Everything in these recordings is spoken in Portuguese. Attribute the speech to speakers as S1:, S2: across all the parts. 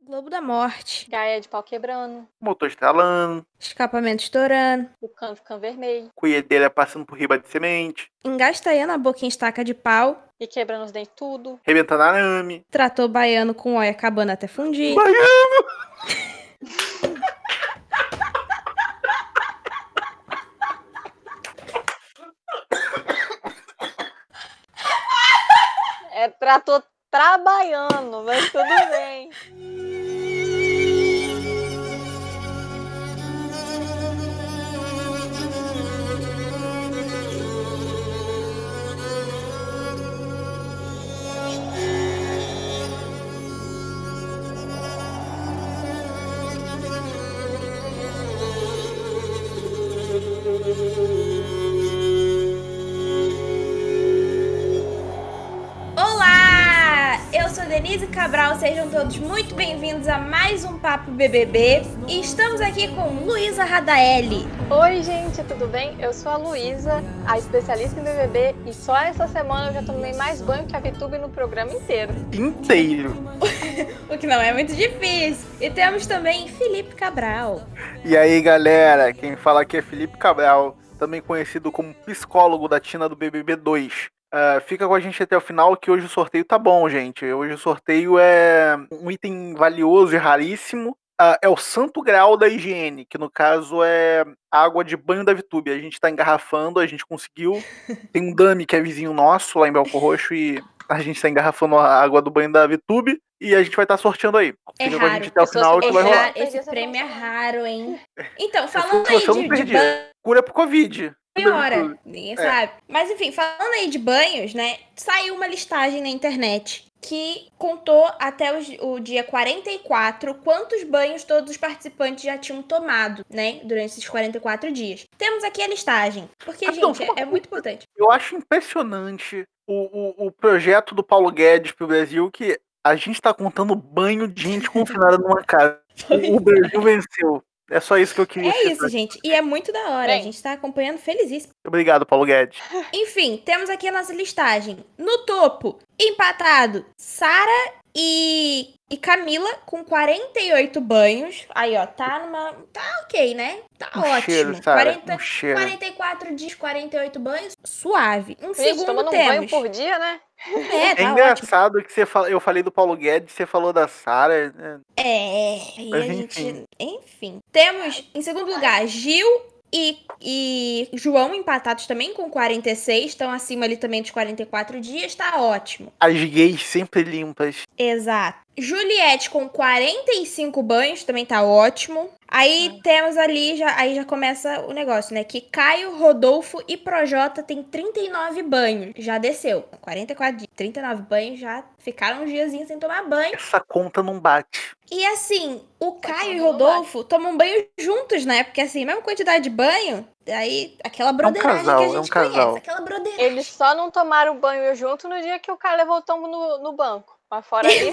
S1: Globo da Morte,
S2: Gaia de pau quebrando.
S3: Motor estralando,
S1: Escapamento estourando,
S2: O cano ficando vermelho.
S3: cuiadeira é passando por riba de semente,
S1: Engastaiana a boca em estaca de pau,
S2: E quebrando os dentes tudo.
S3: rebentando arame.
S1: Trator baiano com óia acabando até fundir,
S3: Baiano!
S2: É trator trabalhando, mas tudo bem.
S1: Olá! Eu sou Denise Cabral, sejam todos muito bem-vindos a mais um Papo BBB. E estamos aqui com Luísa Radaelli.
S2: Oi, gente, tudo bem? Eu sou a Luísa, a especialista em BBB, e só essa semana eu já tomei mais banho que a VTube no programa inteiro.
S3: Inteiro.
S1: O que não é muito difícil. E temos também Felipe Cabral.
S3: E aí, galera, quem fala aqui é Felipe Cabral, também conhecido como psicólogo da Tina do BBB 2. Ah, fica com a gente até o final que hoje o sorteio tá bom, gente. Hoje o sorteio é um item valioso e raríssimo. Ah, é o santo grau da higiene, que no caso é água de banho da Vitube. A gente tá engarrafando, a gente conseguiu. Tem um dame que é vizinho nosso lá em Belco Roxo e a gente tá engarrafando a água do banho da Vitube e a gente vai estar sorteando aí.
S1: É
S3: Fica com a
S1: raro.
S3: gente até o
S2: Pessoas
S3: final
S2: que
S3: que
S1: É
S3: vai rolar.
S1: raro, esse prêmio é raro, hein? Então, falando
S3: Se
S1: aí
S3: eu não
S1: de, de
S3: perdi.
S1: banho,
S3: Cura pro Covid.
S1: hora,
S3: É.
S1: ninguém sabe. Mas enfim, falando aí de banhos, né? Saiu uma listagem na internet que contou até os- o dia 44 quantos banhos todos os participantes já tinham tomado, né? Durante esses 44 dias. Temos aqui a listagem, porque,
S3: Ah, não,
S1: gente,
S3: só uma
S1: é, é muito importante.
S3: Eu acho impressionante o, o, o projeto do Paulo Guedes pro Brasil que a gente tá contando banho de gente confinada numa casa. O, o Brasil venceu. É só isso que eu queria.
S1: É isso,
S3: citar.
S1: gente. E é muito da hora. A
S2: Bem.
S1: gente tá acompanhando felizíssimo.
S3: Obrigado, Paulo Guedes.
S1: Enfim, temos aqui a nossa listagem. No topo, empatado, Sara e, e Camila com 48 banhos. Aí, ó, tá numa. Tá ok, né? Tá
S3: Um
S1: ótimo.
S3: cheiro, Sara.
S1: 40
S3: Um cheiro.
S1: 44 dias, 48 banhos, suave. Em
S2: Gente,
S1: segundo
S2: tomando um banho
S1: temos.
S2: por dia, né?
S1: É,
S3: É
S1: tá ótimo.
S3: engraçado que você fala, eu falei do Paulo Guedes, você falou da Sara. né?
S1: É, e a
S3: Mas
S1: gente.
S3: enfim.
S1: Enfim. Temos, em segundo lugar, Gil e, e João empatados também com 46. Estão acima ali também dos 44 dias. Tá ótimo.
S3: As gays sempre limpas.
S1: Exato. Juliette com 45 banhos, também tá ótimo. Aí
S2: Ah.
S1: temos ali, já, aí já começa o negócio, né? Que Caio, Rodolfo e Projota tem 39 banhos. Já desceu. 44 dias. 39 banhos, já ficaram uns diazinhos sem tomar banho.
S3: Essa conta não bate.
S1: E assim, o Caio e
S2: Tá tomando
S1: Rodolfo tomam banho juntos, né? Porque assim, mesma quantidade de banho, aí aquela broderagem
S3: casal,
S1: que
S3: é
S1: a gente
S3: um casal.
S1: conhece. Aquela broderagem.
S2: Eles só não tomaram banho junto no dia que o cara levou o tombo no, no banco. Mas fora isso,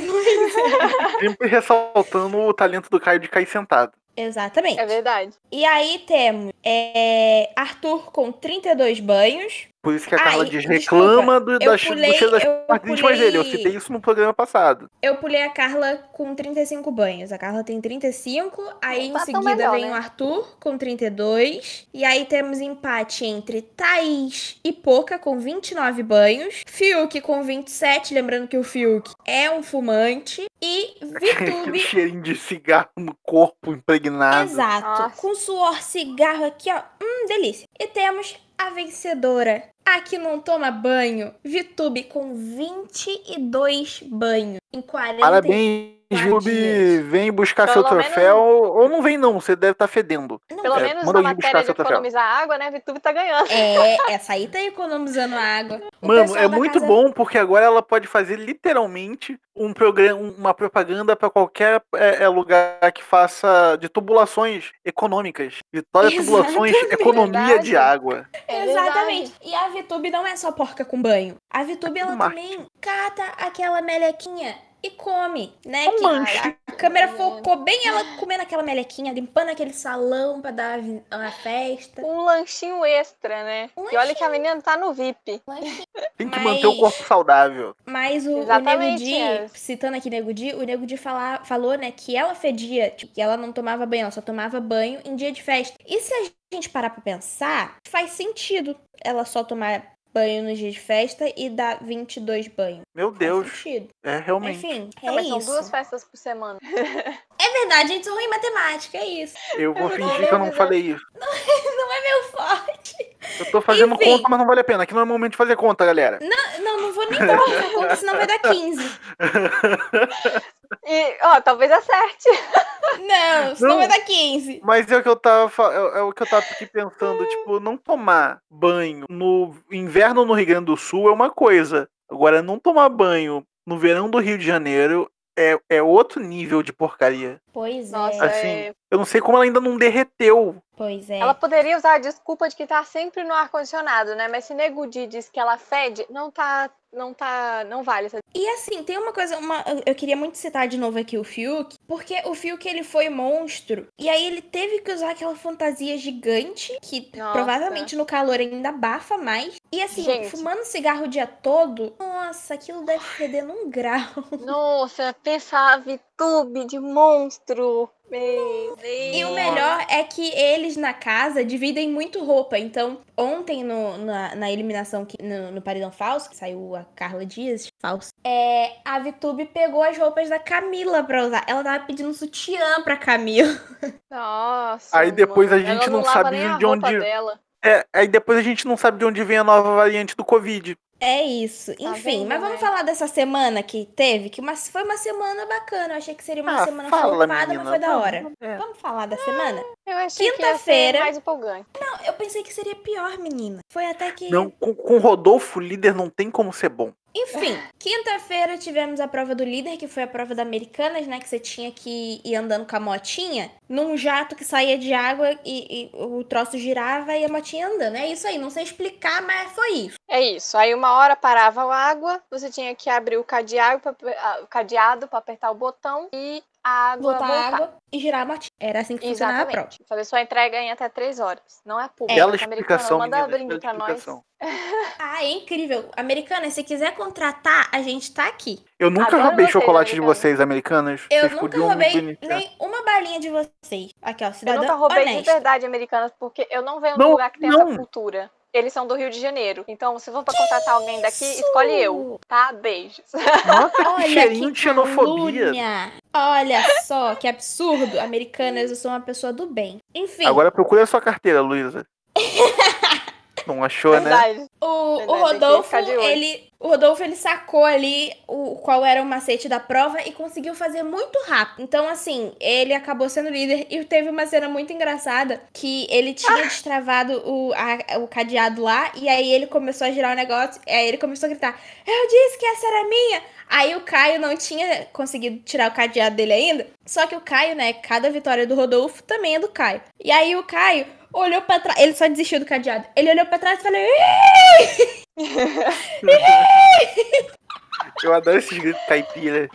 S3: Sempre ressaltando o talento do Caio de cair sentado.
S1: Exatamente.
S2: é verdade.
S1: E aí temos é, Arthur com 32 banhos.
S3: Por isso que a
S1: Ai,
S3: Carla diz,
S1: desculpa,
S3: reclama do,
S1: Eu
S3: das,
S1: pulei,
S3: do cheiro das
S1: eu
S3: partes íntimas dele. né? Eu citei
S1: pulei,
S3: isso no programa passado.
S1: eu pulei a Carla com 35 banhos. A Carla tem 35, aí
S2: tá
S1: em
S2: tão
S1: seguida
S2: melhor,
S1: vem
S2: né?
S1: o Arthur com 32. E aí temos empate entre Thaís e Poca com 29 banhos. Fiuk com 27, lembrando que o Fiuk é um fumante. E
S3: Aquele
S1: Vitube,
S3: cheirinho de cigarro no corpo impregnado.
S1: exato,
S2: Nossa.
S1: com suor, cigarro aqui, ó. Hum, delícia. E temos a vencedora. A que não toma banho, Vitube com 22 banhos em 40
S3: Parabéns, Jubi.
S1: dias.
S3: Vem buscar
S2: Pelo
S3: seu troféu. Ou não vem, não. Você deve estar fedendo.
S1: Não,
S2: Pelo
S3: É,
S2: menos
S3: manda
S2: na
S3: alguém buscar
S2: matéria de
S3: seu troféu.
S2: economizar água, né? Vitube tá ganhando.
S1: É, essa aí tá economizando água. O
S3: Mano,
S1: pessoal
S3: é
S1: da
S3: muito
S1: casa-
S3: bom porque agora ela pode fazer literalmente um programa, uma propaganda pra qualquer é, é, lugar que faça de tubulações econômicas. Vitória Tubulações,
S1: é
S3: economia
S2: Verdade.
S3: de água.
S2: É
S1: Exatamente. E a VTube não é só porca com banho. A VTube,
S3: É
S1: ela
S3: com marketing.
S1: também cata aquela melequinha e come, né?
S3: Um
S1: Que
S3: lanche.
S1: a câmera
S2: É.
S1: focou bem ela comendo aquela melequinha, limpando aquele salão pra dar a a festa.
S2: Um lanchinho extra, né?
S1: Um
S2: E olha que a menina tá no VIP.
S3: Tem que
S1: Mas-
S3: manter o corpo saudável.
S1: Mas o, o Nego
S2: Exatamente,
S1: Di,
S2: é.
S1: citando aqui Nego Di, o Nego Di fala- falou, né, que ela fedia, tipo, que ela não tomava banho, ela só tomava banho em dia de festa. E se a gente parar pra pensar, faz sentido ela só tomar banho no dia de festa e dar 22 banhos.
S3: Meu
S1: Faz
S3: Deus,
S1: sentido.
S3: é realmente.
S1: Enfim, é
S2: Não, mas
S1: isso.
S2: são duas festas por semana.
S1: É verdade, gente, sou ruim em matemática, é isso.
S3: Eu vou
S2: não
S3: fingir que eu não
S2: lembro,
S3: falei isso.
S1: Não é meu forte.
S3: Eu tô fazendo
S1: Enfim.
S3: conta, mas não vale a pena. Aqui não é momento de fazer conta, galera.
S1: Não, não vou nem dar essa conta, senão vai dar 15.
S2: E, ó, talvez acerte.
S1: É. Não, senão
S3: Não.
S1: vai dar 15.
S3: Mas é o que eu tava, fa- é é o que eu tava aqui
S1: Hum.
S3: pensando, tipo, não tomar banho no inverno no Rio Grande do Sul é uma coisa. Agora, não tomar banho no verão do Rio de Janeiro é, é outro nível de porcaria.
S1: Pois
S2: Nossa,
S1: é,
S3: Assim,
S2: é-
S3: Eu não sei como ela ainda não derreteu.
S1: pois é.
S2: ela poderia usar a desculpa de que tá sempre no ar-condicionado, né? Mas se Nego Di diz que ela fede, não tá. Não tá. Não vale essa.
S1: E assim, tem uma coisa, uma, eu- eu queria muito citar de novo aqui o Fiuk, porque o Fiuk ele foi monstro, e aí ele teve que usar aquela fantasia gigante, que
S2: Nossa.
S1: provavelmente no calor ainda abafa mais, e assim,
S2: Gente.
S1: fumando cigarro o dia todo, nossa, aquilo deve feder num grau.
S2: Nossa, pensa a VTube de monstro. Meu Deus.
S1: E o
S3: Nossa.
S1: melhor é que eles na casa dividem muito roupa. Então, ontem no- na, na eliminação que- no, no Paredão Falso, que saiu a Carla Dias, falso, é, a Vitube pegou as roupas da Camila pra usar. Ela tava pedindo sutiã pra Camila.
S2: Nossa.
S3: Aí depois a
S2: mano,
S3: gente
S2: ela
S3: não
S2: lava
S3: sabe
S2: nem a
S3: de onde-
S2: roupa Dela.
S3: É, aí depois a gente não sabe de onde vem a nova variante do Covid.
S1: É isso. Enfim,
S2: vendo,
S1: mas vamos
S2: né?
S1: falar dessa semana que teve, que uma- foi uma semana bacana. Eu achei que seria uma
S3: Ah,
S1: semana
S3: fala,
S1: flopada,
S3: menina.
S1: mas foi da
S3: Não,
S1: hora.
S3: é.
S1: Vamos falar da semana?
S2: Eu achei que ia
S1: Quinta-feira.
S2: ser mais empolgante.
S1: Não, eu pensei que seria pior, menina. Foi até que.
S3: Não, com, com Rodolfo, líder não tem como ser bom.
S1: Enfim, quinta-feira tivemos a prova do líder, que foi a prova da Americanas, né? Que você tinha que ir andando com a motinha num jato que saía de água e, e o troço girava e a motinha andando. É isso aí, não sei explicar, mas foi isso.
S2: É isso. Aí uma hora parava a água, você tinha que abrir o cadeado para o cadeado pra apertar o botão e a água
S1: Voltar a água e girar a motinha. Era assim que funcionava a prova.
S2: Exatamente. Fazer sua entrega em até três horas. Não é público.
S3: Bela
S2: é
S3: explicação,
S2: americano. Manda
S3: menina.
S2: brinde pra
S3: bela
S2: nós.
S3: explicação.
S1: Ah, é incrível. Americanas, se quiser contratar, a gente tá aqui.
S3: Eu nunca
S2: Adoro
S3: roubei
S2: vocês,
S3: chocolate de
S2: americanas.
S3: vocês, americanas.
S1: Eu
S3: vocês
S1: nunca
S3: podiam me
S1: roubei
S3: beneficiar.
S1: nem uma balinha de vocês. Aqui, ó,
S2: Eu
S1: cidadão
S2: nunca roubei de
S1: honesto.
S2: verdade americanas, porque eu não venho num
S3: Não,
S2: lugar que tem
S3: não.
S2: essa cultura. Eles são do Rio de Janeiro. Então, se for pra contratar alguém daqui, escolhe eu, tá? Beijos.
S3: Nossa, que
S1: Olha
S3: cheirinho
S1: que
S3: de xenofobia.
S1: calúnia. Olha só, que absurdo. Americanas, eu sou uma pessoa do bem. Enfim,
S3: Agora procura a sua carteira, Luísa. Não achou, né?
S2: É Verdade.
S1: o, o
S2: Verdade,
S1: Rodolfo,
S2: tem que ficar de olho.
S1: ele, o Rodolfo, ele sacou ali o, qual era o macete da prova e conseguiu fazer muito rápido. Então, assim, ele acabou sendo líder e teve uma cena muito engraçada que ele
S2: Ah!
S1: tinha destravado o, a- o cadeado lá e aí ele começou a girar o negócio e aí ele começou a gritar, eu disse que essa era minha! Aí o Caio não tinha conseguido tirar o cadeado dele ainda. Só que o Caio, né? Cada vitória do Rodolfo também é do Caio. E aí o Caio olhou pra trás. Ele só desistiu do cadeado. Ele olhou pra trás e falou: "Ih!"
S3: Eu adoro esses gritos caipira.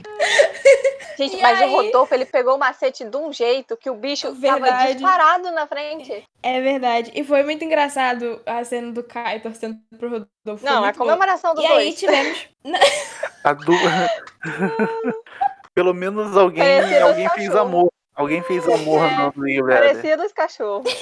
S2: Gente,
S1: E
S2: mas
S1: aí?
S2: o Rodolfo, ele pegou o macete de um jeito que o bicho tava
S1: Verdade.
S2: disparado na frente.
S1: É verdade. E foi muito engraçado a cena do Caio torcendo pro Rodolfo. Foi
S2: Não, é a
S1: muito bom.
S2: comemoração dos
S1: E aí
S2: dois.
S1: tivemos.
S3: A Tá du- Pelo menos alguém,
S2: Parecia
S3: alguém
S1: tá
S2: dois
S3: fez
S2: cachorros.
S3: amor. Alguém fez amor
S2: É,
S3: no Rio, velho.
S2: Parecia dos cachorros.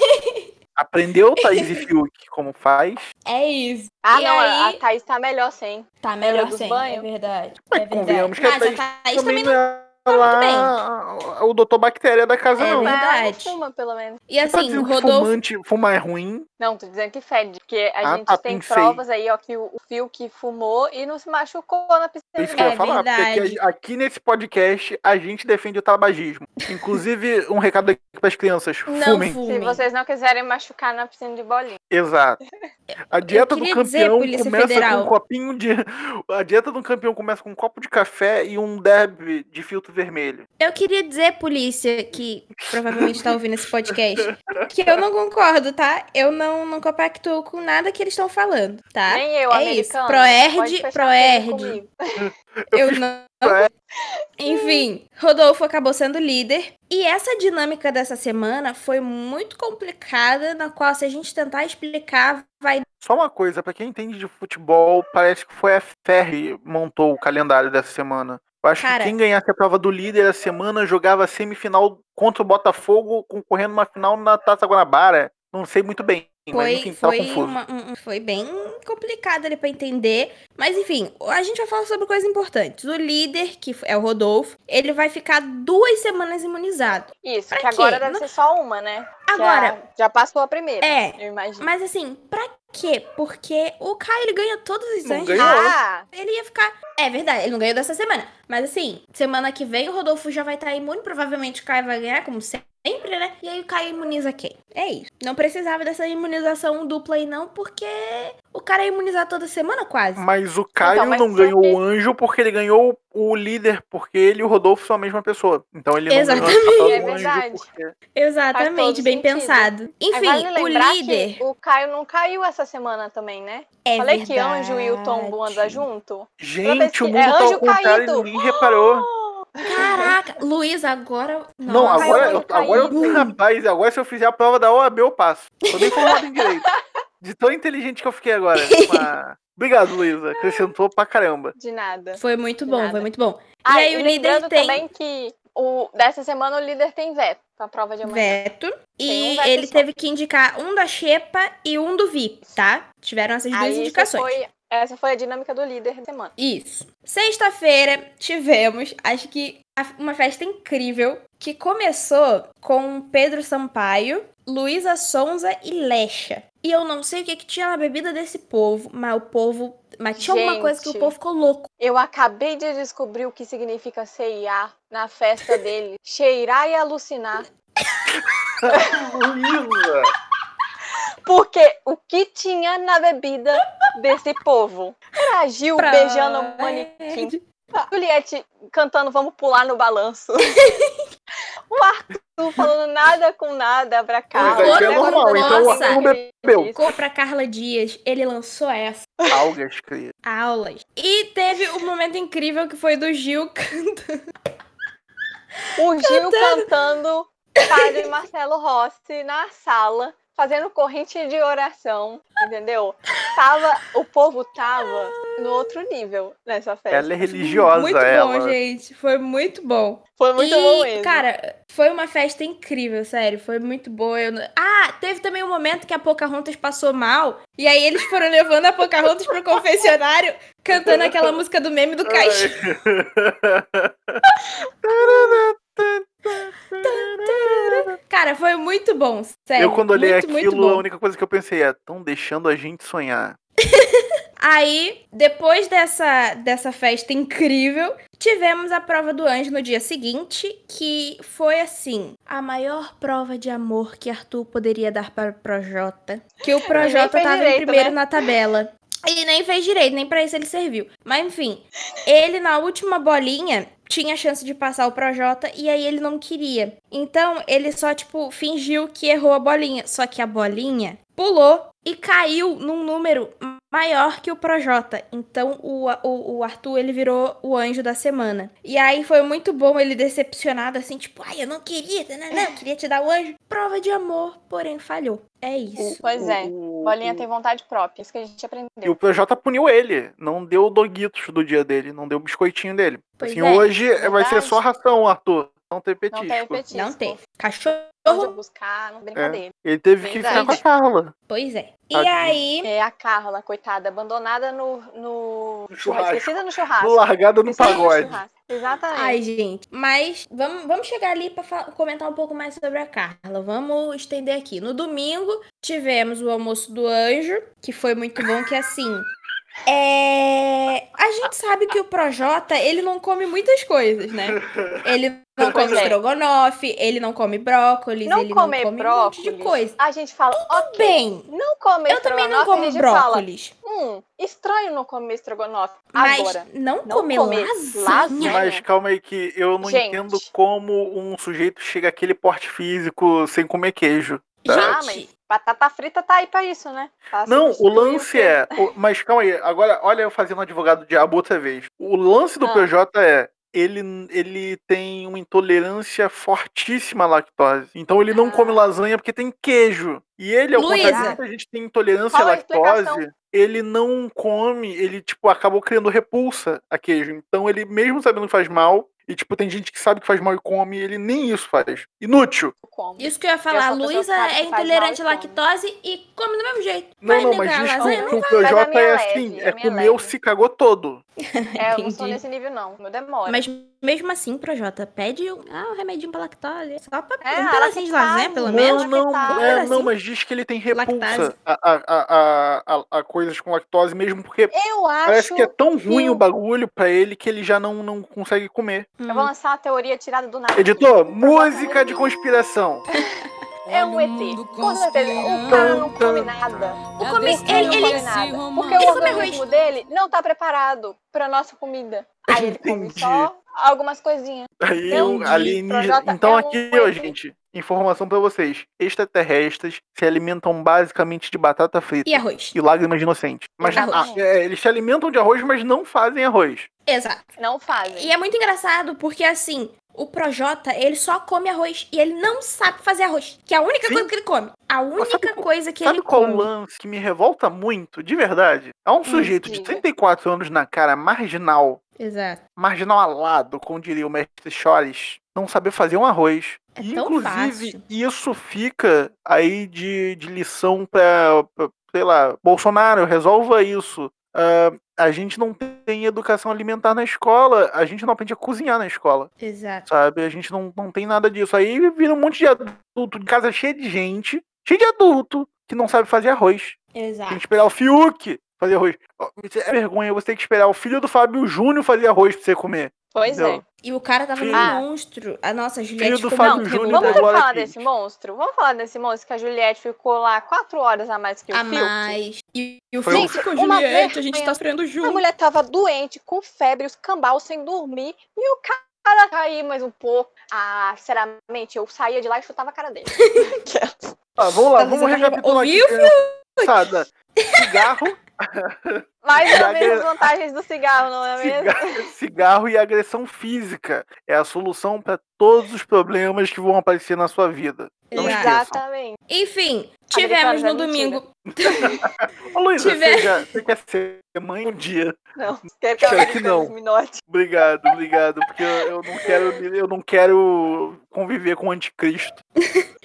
S3: Aprendeu Thaís e Fiuk como faz.
S1: É isso.
S2: Ah,
S1: E
S2: não, a-
S1: aí?
S2: a Thaís tá melhor sem.
S1: Tá melhor
S2: dos
S1: sem. É
S2: banhos?
S1: verdade.
S3: Mas
S1: é verdade.
S3: convenhamos que a
S1: Mas a
S3: Thaís
S1: Thaís também não. tá
S3: não é lá Ah, o doutor bactéria da casa,
S1: É
S3: não.
S1: verdade.
S2: Mas ela não fuma, pelo menos.
S1: E
S3: Tá
S1: assim, o
S3: dizendo que
S1: Rodolfo.
S3: fumante, fumar é ruim.
S2: Não, tô dizendo que fede, porque a
S3: Ah,
S2: gente
S3: tá,
S2: tem
S3: pensei.
S2: provas aí, ó, que o o Fio que fumou e não se machucou na
S3: É
S2: piscina.
S3: isso que eu
S1: É
S3: ia falar, porque
S1: verdade.
S3: aqui, aqui nesse podcast a gente defende o tabagismo. Inclusive, um recado aqui para as crianças:
S1: Não
S3: fumem.
S2: Se
S1: fume.
S2: vocês não quiserem machucar na piscina de bolinha.
S3: Exato. A dieta do
S1: queria dizer,
S3: campeão
S1: Polícia
S3: começa
S1: Federal.
S3: com um copinho de. A dieta do campeão começa com um copo de café e um derby de filtro vermelho.
S1: Eu queria dizer, polícia, que provavelmente tá ouvindo esse podcast, que eu não concordo, tá? Eu não, não compactuo com nada que eles estão falando, tá?
S2: Nem eu,
S1: é
S2: americano.
S1: isso.
S2: pode
S1: Proerd,
S2: fechar a
S1: Proerd.
S2: frente comigo.
S1: Eu não,
S3: É.
S1: Enfim, Rodolfo acabou sendo líder. E essa dinâmica dessa semana foi muito complicada, na qual, se a gente tentar explicar, vai.
S3: Só uma coisa, pra quem entende de futebol, parece que foi a FR que montou o calendário dessa semana. Eu acho
S1: Cara.
S3: que quem ganhasse a prova do líder da semana jogava semifinal contra o Botafogo, concorrendo uma final na Taça Guanabara. Não sei muito bem, mas
S1: Foi,
S3: enfim, tá
S1: foi,
S3: confuso.
S1: uma- um- um- foi bem complicado ali pra entender. Mas enfim, a gente vai falar sobre coisas importantes. O líder, que é o Rodolfo, ele vai ficar duas semanas imunizado.
S2: Isso,
S1: Pra
S2: que
S1: quê?
S2: agora deve
S1: Não-
S2: ser só uma, né? Que
S1: Agora,
S2: a- já passou a primeira.
S1: é,
S2: Eu imagino.
S1: Mas assim, pra quê? Porque o Caio ele ganha todos os
S3: Não
S1: anos.
S3: ganhou.
S2: Ah,
S1: Ele ia ficar. É verdade, ele não ganhou dessa semana. Mas assim, semana que vem o Rodolfo já vai estar imune. Provavelmente o Caio vai ganhar, como sempre, né? E aí o Caio imuniza quem? É isso. Não precisava dessa imunização dupla aí, não, porque o cara ia imunizar toda semana quase.
S3: Mas o Caio
S2: Então, mas
S3: não
S2: só
S3: ganhou
S2: que-
S3: o anjo porque ele ganhou o líder, porque ele e o Rodolfo são a mesma pessoa. Então ele não
S1: Exatamente.
S3: ganhou
S2: É
S3: o anjo
S2: verdade.
S3: porque-
S2: Faz
S1: Exatamente,
S2: todo
S1: bem
S2: sentido.
S1: pensado. Enfim,
S2: vale
S1: o
S2: lembrar
S1: líder.
S2: que o Caio não caiu essa semana também, né?
S1: É
S2: Falei
S1: verdade.
S2: que Anjo e o Tombo andam junto.
S3: Gente, o
S2: É
S3: mundo tá
S2: anjo
S3: ao contrário
S2: caído.
S3: e ninguém reparou.
S1: Caraca, Luiz, agora.
S3: Não,
S1: Nossa.
S3: agora,
S2: Caiu,
S3: eu, agora
S1: caiu.
S3: eu fui rapaz, agora se eu fizer a prova da OAB eu passo. Tô nem formado em direito. De tão inteligente que eu fiquei agora. Mas- Obrigado, Luísa. Acrescentou pra caramba.
S2: De nada.
S1: Foi muito
S2: De
S1: bom,
S2: nada.
S1: foi muito bom.
S2: Ah,
S1: E aí o líder
S2: lembrando
S1: tem-
S2: também que o, dessa semana o líder tem veto pra prova de amanhã.
S1: veto.
S2: Tem um
S1: E
S2: veto
S1: ele
S2: só.
S1: teve que indicar um da Xepa e um do VIP, tá? Tiveram essas duas
S2: Aí essa
S1: indicações.
S2: foi, essa foi a dinâmica do líder da semana.
S1: Isso. Sexta-feira tivemos, acho que a- uma festa incrível que começou com Pedro Sampaio, Luísa Sonza e Lecha. E eu não sei o que, que tinha na bebida desse povo, mas o povo. Mas tinha alguma coisa que o
S2: Gente.
S1: povo ficou louco.
S2: Eu acabei de descobrir o que significa CIA na festa dele. Cheirar e alucinar.
S3: Luísa!
S2: Porque o que tinha na bebida desse povo? Era a Gil
S1: Pra-
S2: beijando o manequim. A Juliette cantando Vamos Pular no Balanço. o Arthur falando nada com nada pra cá.
S1: Pois é, que é normal, então o Arthur
S3: não bebeu.
S1: Ficou pra Carla Dias, ele lançou essa.
S3: Algas, cria.
S1: Aulas. E teve um momento incrível que foi do Gil cantando.
S2: O Gil Um cantando Padre Marcelo Rossi na sala, fazendo corrente de oração, entendeu? Tava, o povo tava no outro nível nessa festa.
S3: Ela é religiosa,
S1: muito
S3: ela.
S1: bom, gente. Foi muito bom.
S2: Foi muito
S1: e,
S2: bom mesmo.
S1: Cara, foi uma festa incrível, sério. Foi muito boa. Eu não- Ah, teve também um momento que a Pocahontas passou mal. E aí eles foram levando a Pocahontas pro confessionário, cantando aquela música do meme do caixão. Cara, foi muito bom, sério.
S3: Eu quando olhei
S1: muito, muito
S3: aquilo, a
S1: bom.
S3: única coisa que eu pensei é, estão deixando a gente sonhar.
S1: Aí, depois dessa, dessa festa incrível, tivemos a prova do anjo no dia seguinte, que foi assim, a maior prova de amor que Arthur poderia dar para o Projota. Que o Projota
S2: fez
S1: tava em
S2: direito,
S1: primeiro
S2: né?
S1: na tabela. Ele nem fez direito, nem pra isso ele serviu. Mas enfim, ele na última bolinha tinha chance de passar o Projota e aí ele não queria. Então ele só, tipo, fingiu que errou a bolinha. Só que a bolinha pulou e caiu num número maior que o Projota. Então o, a- o, o Arthur, ele virou o anjo da semana. E aí foi muito bom ele decepcionado, assim, tipo, ai, eu não queria, não, não, eu queria te dar o anjo. Prova de amor, porém falhou. É isso.
S2: Pois é.
S3: O-
S2: Bolinha
S3: o-
S2: tem vontade própria, isso que a gente aprendeu.
S3: E o PJ puniu ele, não deu o doguitos do dia dele, não deu o biscoitinho dele.
S1: Pois
S3: assim,
S1: é,
S3: hoje vai ser
S2: verdade.
S3: só ração, Arthur. Não tem
S2: Não
S3: petisco.
S2: teve petisco.
S3: é
S1: Não Uhum. teve. Cachorro
S2: Onde eu buscar, não brincadeira.
S3: Ele teve que
S2: Verdade.
S3: ficar com a Carla.
S1: Pois é. E
S3: Tadinho.
S1: aí,
S2: É. a Carla, coitada, abandonada no, no...
S3: No churrasco.
S2: Esquecida no churrasco.
S3: Largada no
S2: Esquecida
S3: pagode.
S2: churrasco. Exatamente.
S1: ai, gente, mas vamos, vamos chegar ali pra fa- comentar um pouco mais sobre a Carla. Vamos estender aqui. No domingo, tivemos o almoço do anjo, que foi muito bom, que assim. É... A gente sabe que o Projota, ele não come muitas coisas, né? Ele não come
S2: Pois é.
S1: estrogonofe, ele não come brócolis,
S2: Não
S1: ele
S2: comer
S1: não come um monte de
S2: brócolis.
S1: coisa.
S2: A gente fala, ok,
S1: Bem,
S2: não come
S1: eu também não
S2: estrogonofe, a
S1: como
S2: gente fala,
S1: brócolis,
S2: hum, estranho não comer estrogonofe.
S1: mas
S2: Agora,
S1: não,
S2: não
S1: comer,
S2: comer
S1: lasanha.
S2: lasanha.
S3: Mas calma aí que eu não
S2: Gente.
S3: entendo como um sujeito chega àquele porte físico sem comer queijo.
S1: Gente,
S2: Ah, mas Batata frita tá aí pra isso, né? Pra
S3: Não, o
S2: substituir
S3: lance
S2: quê?
S3: é. o- mas calma aí, agora olha eu fazendo advogado do diabo outra vez. O lance do
S2: Ah.
S3: PJ é. Ele, ele tem uma intolerância fortíssima à lactose. Então ele não
S2: Ah.
S3: come lasanha porque tem queijo. E ele, ao contrário de
S1: Luísa.
S3: muita gente que tem intolerância à
S2: Qual a
S3: lactose,
S2: explicação?
S3: ele não come, ele, tipo, acabou criando repulsa a queijo. Então ele, mesmo sabendo que faz mal, e, tipo, tem gente que sabe que faz mal e come, ele nem isso faz. Inútil.
S2: Como?
S1: Isso que eu ia
S2: Eu
S1: falar,
S2: sou
S1: a
S2: uma pessoa
S1: Luísa
S2: que
S1: é
S2: sabe que faz
S1: intolerante à
S2: mal e come.
S1: lactose e come do mesmo jeito.
S3: Não,
S1: Vai
S3: não, mas
S1: negar a
S3: diz que,
S1: lasanha?
S3: o- que o
S2: Mas a
S3: PJ
S2: minha
S3: é
S2: leve,
S3: assim,
S2: a
S3: é
S2: minha
S3: comer o
S2: leve.
S3: cagou todo.
S2: É, eu não sou
S1: Entendi.
S2: nesse nível, não. Meu demora.
S1: Mas mesmo assim, Projota, pede um, ah, um remedinho pra lactose. Só pra
S2: É,
S1: um pedacinho de lasanha,
S2: lactase.
S1: pelo
S3: Não,
S1: menos.
S3: não,
S2: lactase.
S3: é,
S1: Era
S3: não,
S1: assim.
S3: mas diz que ele tem repulsa
S1: Lactase.
S3: a, a- a- a- a- a coisas com lactose, mesmo porque
S2: Eu
S3: parece
S2: acho.
S3: que é tão ruim
S2: que
S3: o
S2: o-
S3: bagulho pra ele que ele já não, não consegue comer.
S2: Eu vou lançar uma teoria tirada do nada.
S3: Editor, música de conspiração.
S2: É um ET. Com certeza. O cara não come nada.
S1: O come-
S2: Ele, ele,
S1: ele-
S2: não come
S1: ele-
S2: nada. Porque
S1: Ele
S2: o
S1: come
S2: organismo dele não tá preparado pra nossa comida. Aí ele come
S3: Entendi.
S2: só algumas coisinhas.
S3: Aí
S2: Entendi.
S3: um alienígena.
S2: Projota
S3: Então
S2: é um
S3: aqui, ó,
S2: ET.
S3: gente, informação pra vocês. Extraterrestres se alimentam basicamente de batata frita
S1: E arroz.
S3: e lágrimas de inocente. Mas
S1: Arroz.
S3: ah, é, eles se alimentam de arroz, mas não fazem arroz.
S1: Exato.
S2: Não fazem.
S1: E é muito engraçado porque, assim, o Projota, ele só come arroz e ele não sabe fazer arroz. Que é a única
S3: Sim.
S1: coisa que ele come. A única
S3: sabe qual-
S1: coisa que
S3: Sabe
S1: ele
S3: qual
S1: come. Hum,
S3: o lance que me revolta muito, de verdade? É um sujeito de
S2: diga.
S3: 34 anos na cara, marginal,
S1: Exato.
S3: marginal alado, como diria o mestre Chores, não saber fazer um arroz.
S1: É
S3: E,
S1: tão
S3: Inclusive,
S1: fácil.
S3: isso fica aí de, de lição pra, pra, sei lá, Bolsonaro, resolva isso. Ah, a gente não tem educação alimentar na escola, a gente não aprende a cozinhar na escola
S1: Exato.
S3: sabe? A gente não, não tem nada disso. Aí vira um monte de adulto de casa cheia de gente, cheio de adulto, que não sabe fazer arroz. Tem
S1: Exato.
S3: que esperar o Fiuk fazer arroz. Ó, isso É vergonha, você tem que esperar o filho do Fábio Júnior fazer arroz pra você comer.
S2: Pois é.
S3: Entendeu?
S1: E o cara tava
S3: Filho-
S1: num monstro. A nossa, a Juliette
S3: Filho do
S1: ficou
S3: Fábio
S1: muito
S3: um Júnior né?
S2: Vamos
S1: revoltada.
S3: Glória
S2: falar
S3: Pires.
S2: desse monstro? Vamos falar desse monstro que a Juliette ficou lá quatro horas a mais que o
S1: A
S2: Fiuk?
S1: mais. E, e o
S3: Foi
S1: Fiuk
S2: um-
S1: com a
S2: uma
S1: Juliette, a gente
S2: vergonha.
S1: tá sofrendo
S2: A
S1: junto.
S2: mulher tava doente, com febre, os cambal sem dormir, e o cara cair mais um pouco. Ah, sinceramente, eu saía de lá e chutava a cara dele.
S3: Tá, vamos lá,
S1: Tá,
S3: vamos
S1: Luísa,
S3: recapitular aqui.
S1: ouviu,
S3: Moçada, Cigarro,
S2: Mais
S3: Já
S2: ou menos
S3: que-
S2: as vantagens do
S1: Tá
S2: cigarro, não é mesmo?
S3: cigarro, cigarro e agressão física é a solução pra todos os problemas que vão aparecer na sua vida. Não
S1: Exato.
S3: esqueçam.
S2: Exatamente.
S1: Enfim, tivemos
S2: Americanos é
S1: no domingo.
S3: Ô, Luísa,
S1: Tiver-
S3: você, já- você quer ser mãe um dia?
S2: Não, quero que
S3: Espero que não.
S2: não. me note.
S3: Obrigado, obrigado, porque eu, eu não quero, eu não quero conviver com o anticristo.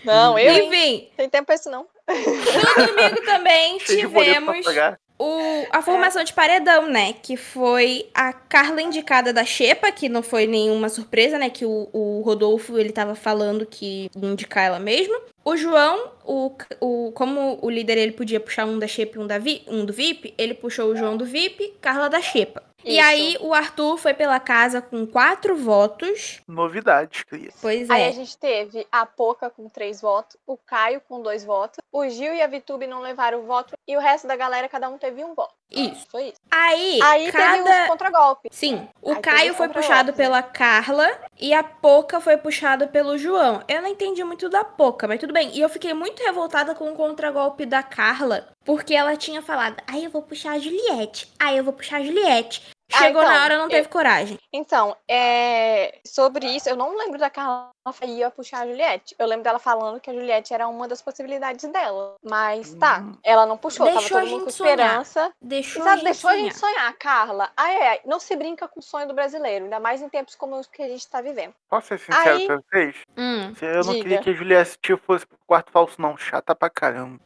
S2: Não, eu hein?
S1: Enfim,
S2: Tem tempo pra isso não.
S1: no domingo também
S3: Cheio de boleto pra
S1: tivemos
S3: pagar.
S1: o, a formação de paredão, né? Que foi a Carla indicada da Xepa, que não foi nenhuma surpresa, né? Que o, o Rodolfo, ele tava falando que ia indicar ela mesmo. O João, o, o, como o líder, ele podia puxar um da Xepa e um, da Vi- um do VIP, ele puxou o João do VIP, Carla da Xepa. E
S2: Isso.
S1: aí, o Arthur foi pela casa com quatro votos.
S3: Novidades, cria.
S1: Pois
S2: Aí a
S1: é.
S2: gente teve a Poca com três votos, o Caio com dois votos, o Gil e a Vitube não levaram o voto, e o resto da galera, cada um teve um voto.
S1: Isso.
S2: Foi isso.
S1: Aí,
S2: Aí teve um
S1: cada...
S2: os contragolpes.
S1: Sim, o
S2: Aí teve
S1: Caio
S2: os
S1: foi puxado
S2: contralapos, né?
S1: pela Carla e a Poca foi puxada pelo João. Eu não entendi muito da Poca, mas tudo bem. E eu fiquei muito revoltada com o contragolpe da Carla, porque ela tinha falado: aí eu vou puxar a Juliette, aí eu vou puxar a Juliette.
S2: Ah,
S1: Chegou
S2: então,
S1: na hora, não
S2: eu-
S1: teve coragem.
S2: Então, é, sobre isso, eu não lembro da Carla que ia puxar a Juliette. Eu lembro dela falando que a Juliette era uma das possibilidades dela. Mas tá,
S3: Hum.
S2: ela não puxou,
S1: Deixou a
S2: tava todo mundo com
S1: gente sonhar.
S2: esperança.
S1: Deixou, a,
S2: Sabe,
S1: gente
S2: deixou a gente
S1: sonhar.
S2: sonhar, Carla. Ah, é, não se brinca com o sonho do brasileiro, ainda mais em tempos como os que a gente tá vivendo.
S3: Posso ser sincero
S2: Aí-
S3: pra vocês?
S1: Hum,
S3: Eu não
S2: Diga.
S3: queria que a Juliette Tio fosse pro quarto falso, não. Chata pra caramba.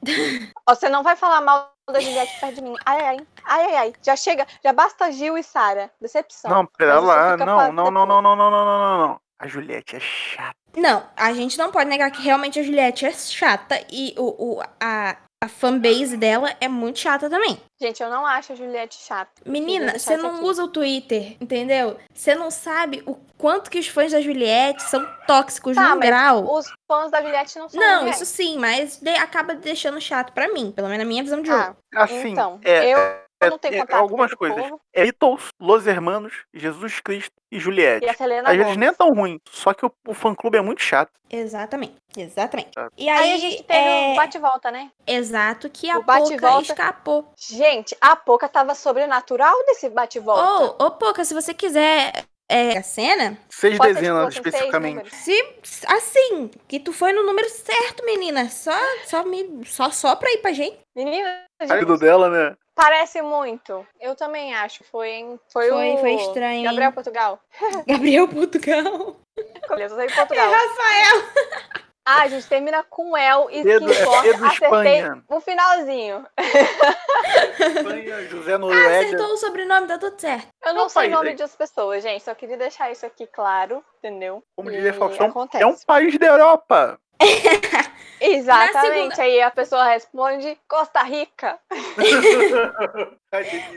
S2: Ó, Você não vai falar mal da Juliette perto de mim. Ai, ai, ai, ai, ai. Já chega, já basta Gil e Sara. Decepção.
S3: Não, pera
S2: Mas isso
S3: lá.
S2: fica pra
S3: Não, não, não,
S2: depois.
S3: não, não, não, não, não, não, não. A Juliette é chata.
S1: Não, a gente não pode negar que realmente a Juliette é chata e o, o- a, a fanbase dela é muito chata também.
S2: Gente, eu não acho a Juliette chata.
S1: Menina,
S2: deixar
S1: você
S2: isso
S1: não
S2: aqui.
S1: usa o Twitter, entendeu? Você não sabe o quanto que os fãs da Juliette são tóxicos
S2: Tá,
S1: num
S2: mas
S1: grau.
S2: Os fãs da Juliette não são
S1: Não, isso
S2: Juliette.
S1: é sim, mas de- acaba deixando chato pra mim, pelo menos na minha visão de
S2: Ah,
S1: jogo.
S3: Assim,
S2: então,
S3: é,
S2: eu eu não tenho
S3: é,
S2: contato
S3: algumas
S2: com esse
S3: coisas.
S2: povo.
S3: É Beatles, Los Hermanos, Jesus Cristo e Juliette.
S2: E a Selena
S3: Às vezes
S2: Gomez.
S3: nem é tão ruim, só que o, o fã-clube é muito chato.
S1: Exatamente, exatamente.
S3: Tá.
S1: E
S2: Aí
S1: aí,
S2: a gente teve
S1: é,
S2: um bate-volta, né?
S1: exato que a
S2: o bate e
S1: Poca
S2: volta.
S1: escapou.
S2: Gente, a Poca tava sobrenatural desse bate-volta.
S1: Ou, ô Poca, se você quiser é, a cena,
S3: Seis
S2: Pode ser, tipo,
S3: dezenas,
S2: assim, seis
S3: especificamente.
S2: números.
S1: se assim, que tu foi no número certo, menina. Só só me só só pra ir pra gente.
S2: Menina,
S3: Marido
S2: gente,
S3: dela, né?
S2: parece muito. Eu também acho. Foi, hein? Foi,
S1: Foi,
S2: o...
S1: foi estranho, hein?
S2: Gabriel Portugal.
S1: Gabriel Portugal.
S2: Beleza, saiu Portugal.
S1: Rafael.
S2: Ah, a gente termina com El e
S3: Pedro-
S2: Skinforce.
S3: é Pedro
S2: Acertei
S3: Espanha.
S2: o finalzinho.
S3: Espanha,
S2: Ah,
S3: José Noruega.
S1: Acertou o sobrenome, tá tudo certo.
S2: Eu não
S3: Opa,
S2: sei o nome
S3: gente.
S2: das pessoas, gente. Só queria deixar isso aqui claro, entendeu?
S3: Como
S2: E
S3: diria Faustão,
S2: acontece.
S3: é um país da Europa.
S1: Na
S2: Exatamente. Aí a pessoa responde Costa Rica.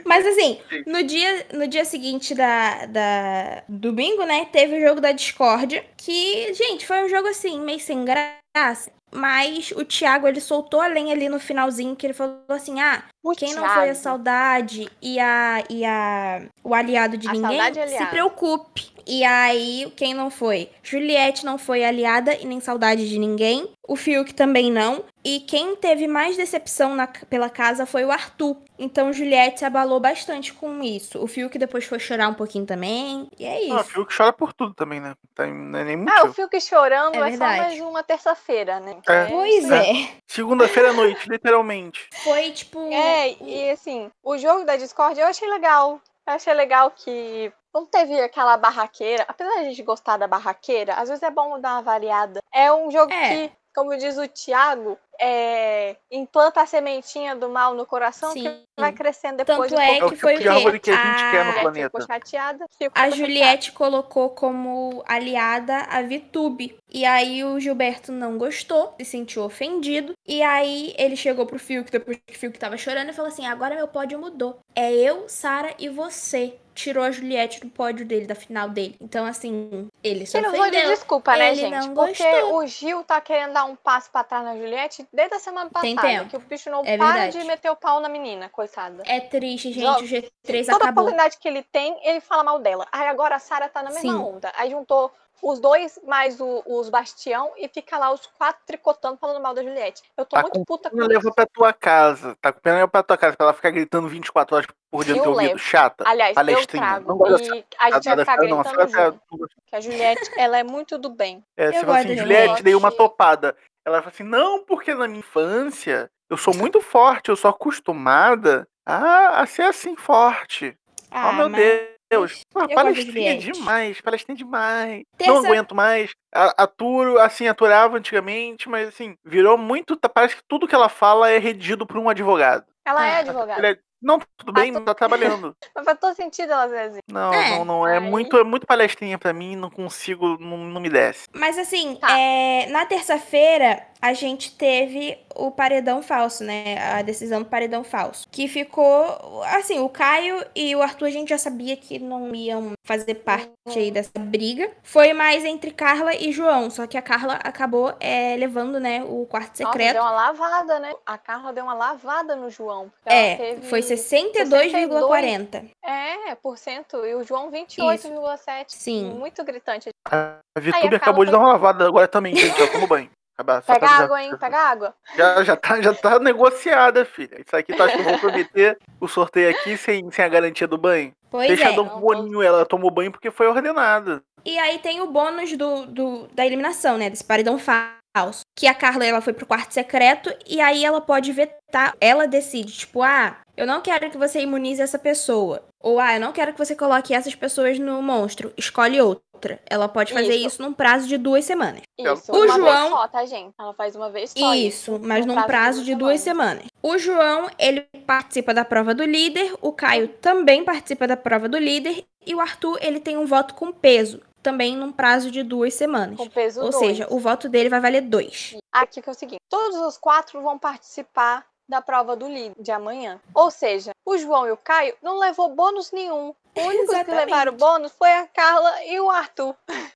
S1: Mas assim,
S3: Sim.
S1: no dia, no dia seguinte da, da domingo, né, teve o jogo da discórdia, que, gente, foi um jogo assim, meio sem graça. Mas o Thiago, ele soltou a lenha ali no finalzinho, que ele falou assim, ah,
S2: O
S1: quem não
S2: Thiago.
S1: foi a saudade e a, e a o aliado de
S2: A
S1: ninguém,
S2: saudade é
S1: se
S2: aliado.
S1: preocupe. E aí, quem não foi? Juliette não foi aliada e nem saudade de ninguém. O Fiuk também não. E quem teve mais decepção na- pela casa foi o Arthur. Então, Juliette se abalou bastante com isso. O Fiuk depois foi chorar um pouquinho também. E é
S3: Ah, o
S1: isso.
S3: Fiuk chora por tudo também, né? Tá- Não é nem
S2: Ah, o
S3: motivo.
S2: Fiuk chorando
S1: É
S2: é, só
S1: verdade.
S2: mais uma terça-feira, né?
S3: É.
S1: Pois
S2: isso aí.
S1: é.
S3: Segunda-feira à noite, literalmente.
S1: Foi tipo.
S2: É, e assim, o jogo da Discord eu achei legal. Eu achei legal que não teve aquela barraqueira. Apesar de a gente gostar da barraqueira, às vezes é bom dar uma variada. É um jogo
S1: É.
S2: que, como diz o Thiago, é, implanta a sementinha do mal no coração que
S1: Sim.
S2: vai crescendo depois. um
S1: Tanto é
S3: É o
S1: que foi
S3: tipo
S1: o
S3: de
S1: quê? Ah,
S3: árvore que a gente quer no
S1: A-
S2: Juliette ficou
S3: planeta.
S2: chateada. Fiuk
S1: A
S2: ficou
S1: Juliette colocou como aliada a Vitube. E aí o Gilberto não gostou, se sentiu ofendido. E aí ele chegou pro Fiuk, depois que o Fiuk tava chorando, e falou assim: agora meu pódio mudou. É eu, Sara e você. Tirou a Juliette do pódio dele, da final dele. Então, assim, ele se
S2: Eu não vou de
S1: ofendeu.
S2: desculpa, né,
S1: Ele
S2: gente?
S1: não
S2: Porque
S1: gostou.
S2: o Gil tá querendo dar um passo pra trás na Juliette desde a semana
S1: Tem
S2: passada.
S1: tempo.
S2: Que o bicho não
S1: É
S2: para
S1: verdade.
S2: de meter o pau na menina, coitada.
S1: É triste, gente.
S2: Não,
S1: o G3
S2: Toda
S1: acabou.
S2: oportunidade que ele tem, ele fala mal dela. Aí agora a Sara tá na mesma
S1: Sim.
S2: onda. Aí juntou os dois mais o- os Bastião e fica lá os quatro tricotando falando mal da Juliette. Eu tô
S3: Tá
S2: muito puta com
S3: Não leva
S2: isso.
S3: pra tua casa. Tá com pena leva pra tua casa, pra ela ficar gritando 24 horas por dia no
S2: Eu
S3: teu ouvido.
S2: levo.
S3: Chata.
S2: Aliás, eu
S3: Palestrinha. Não
S2: trago.
S3: gosto
S2: E a gente vai ficar
S3: Não,
S2: gritando
S3: ela
S2: junto.
S3: tá-
S2: Que a Juliette, ela é muito do bem.
S3: É,
S1: Eu
S3: você fala assim,
S1: gosto de
S3: Juliette,
S2: Juliette.
S3: dei uma topada. Ela fala assim, não, porque na minha infância eu sou muito forte, eu sou acostumada a, a ser assim forte.
S1: Ah,
S3: oh, meu
S1: mas-
S3: Deus. Pô,
S1: eu gosto de
S3: palestrinha
S1: Juliette.
S3: demais, palestrinha demais. Não
S1: Terça-
S3: aguento mais. A- Aturo, assim, aturava antigamente, mas assim, virou muito. tá- Parece que tudo que ela fala é redigido por um advogado.
S2: Ela é
S1: Ah,
S2: advogada.
S3: Ele é, não, tudo bem,
S2: Atu-
S3: tá trabalhando.
S2: Mas faz todo sentido ela ser assim.
S3: Não,
S1: É,
S3: não, não. É
S2: aí-
S3: muito, é muito palestrinha pra mim, não consigo, não, não me desce.
S1: Mas assim,
S2: Tá.
S1: é, na terça-feira a gente teve o paredão falso, né? A decisão do paredão falso. Que ficou. Assim, o Caio e o Arthur a gente já sabia que não iam fazer parte aí dessa briga. Foi mais entre Carla e João. Só que a Carla acabou é, levando, né, o quarto
S2: Nossa,
S1: secreto.
S2: deu uma lavada, né? A Carla deu uma lavada no João. porque ela
S1: É,
S2: teve-
S1: foi 62,40.
S2: É, por cento. E o João, 28,7.
S1: Sim.
S2: Muito gritante.
S3: A Vitube
S2: a Carla
S3: acabou de
S2: foi-
S3: dar uma lavada agora também, gente. Eu tomo banho. Acabar, só
S2: Pega
S3: pra
S2: água,
S3: avisar.
S2: hein? Pega água.
S3: Já, já, tá, já tá negociada, filha. Isso aqui tá acho que vão prometer o sorteio aqui sem, sem a garantia do banho.
S1: Pois
S3: Deixa
S1: é.
S3: dar um
S2: Não,
S3: boninho, ela tomou banho porque foi ordenada.
S1: E aí tem o bônus do, do- da eliminação, né? Desse paredão falso. Que a Carla, ela foi pro quarto secreto e aí ela pode vetar. Ela decide, tipo, ah, eu não quero que você imunize essa pessoa. Ou, ah, eu não quero que você coloque essas pessoas no monstro. Escolhe outra. Ela pode fazer
S2: Isso.
S1: isso, num prazo de duas semanas.
S3: Então,
S2: Isso,
S1: o
S2: uma
S1: João-
S2: vez só, tá, gente? Ela faz uma vez só.
S1: Isso, mas
S2: num
S1: num prazo de duas semanas. O João, ele participa da prova do líder, o Caio também participa da prova do líder e o Arthur, ele tem um voto com peso, também num prazo de duas semanas.
S2: Com peso
S1: Ou
S2: dois.
S1: seja, o voto dele vai valer dois.
S2: Aqui que é o seguinte: todos os quatro vão participar da prova do líder de amanhã. Ou seja, o João e o Caio não levou bônus nenhum. O único que
S1: Exatamente.
S2: levaram bônus foi a Carla e o Arthur.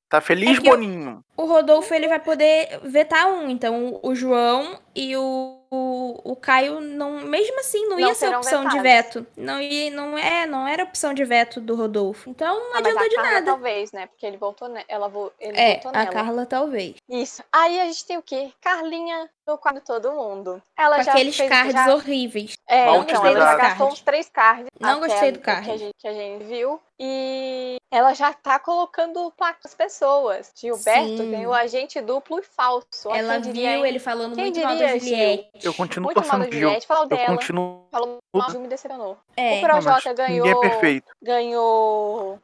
S3: Tá feliz,
S1: É que eu-
S3: Boninho?
S1: O Rodolfo ele vai poder vetar um, então o João e o, o, o Caio não, mesmo assim não,
S2: Não
S1: ia ser
S2: serão
S1: opção de
S2: vetados.
S1: veto. Não ia, não é, não era opção de veto do Rodolfo. Então não
S2: Ah, mas
S1: adiantou
S2: a
S1: de
S2: Carla
S1: nada.
S2: talvez, né? Porque ele voltou ne... ela vo... ele
S1: É,
S2: voltou
S1: a
S2: nela.
S1: Carla talvez.
S2: Isso. Aí a gente tem o quê? Carlinha no quadro todo mundo. Ela
S1: Com
S2: já
S1: aqueles
S2: fez,
S1: cards
S2: já...
S1: horríveis.
S2: É,
S3: Mal
S2: então, ela já
S3: utilizado.
S2: gastou uns três cards.
S1: Não
S2: até
S1: gostei do
S2: o
S1: card.
S2: Que a, gente, que a gente viu. E ela já tá colocando placa das pessoas. Gilberto
S1: Sim.
S2: ganhou agente duplo e falso. Olha
S1: Ela
S2: quem diria,
S1: viu
S2: hein?
S1: ele falando
S2: Quem
S1: muito mal
S2: diria,
S1: da
S2: Gil?
S1: Juliette.
S3: Eu continuo
S2: Muito mal
S3: torcendo
S2: da
S3: pro Gil.
S2: Juliette. Falou
S3: Eu
S2: dela.
S3: continuo.
S2: Falou mal, Gil me decepcionou.
S1: É,
S2: O
S3: Não, mas
S2: Projota
S3: Ninguém é
S2: ganhou,
S3: perfeito.
S2: ganhou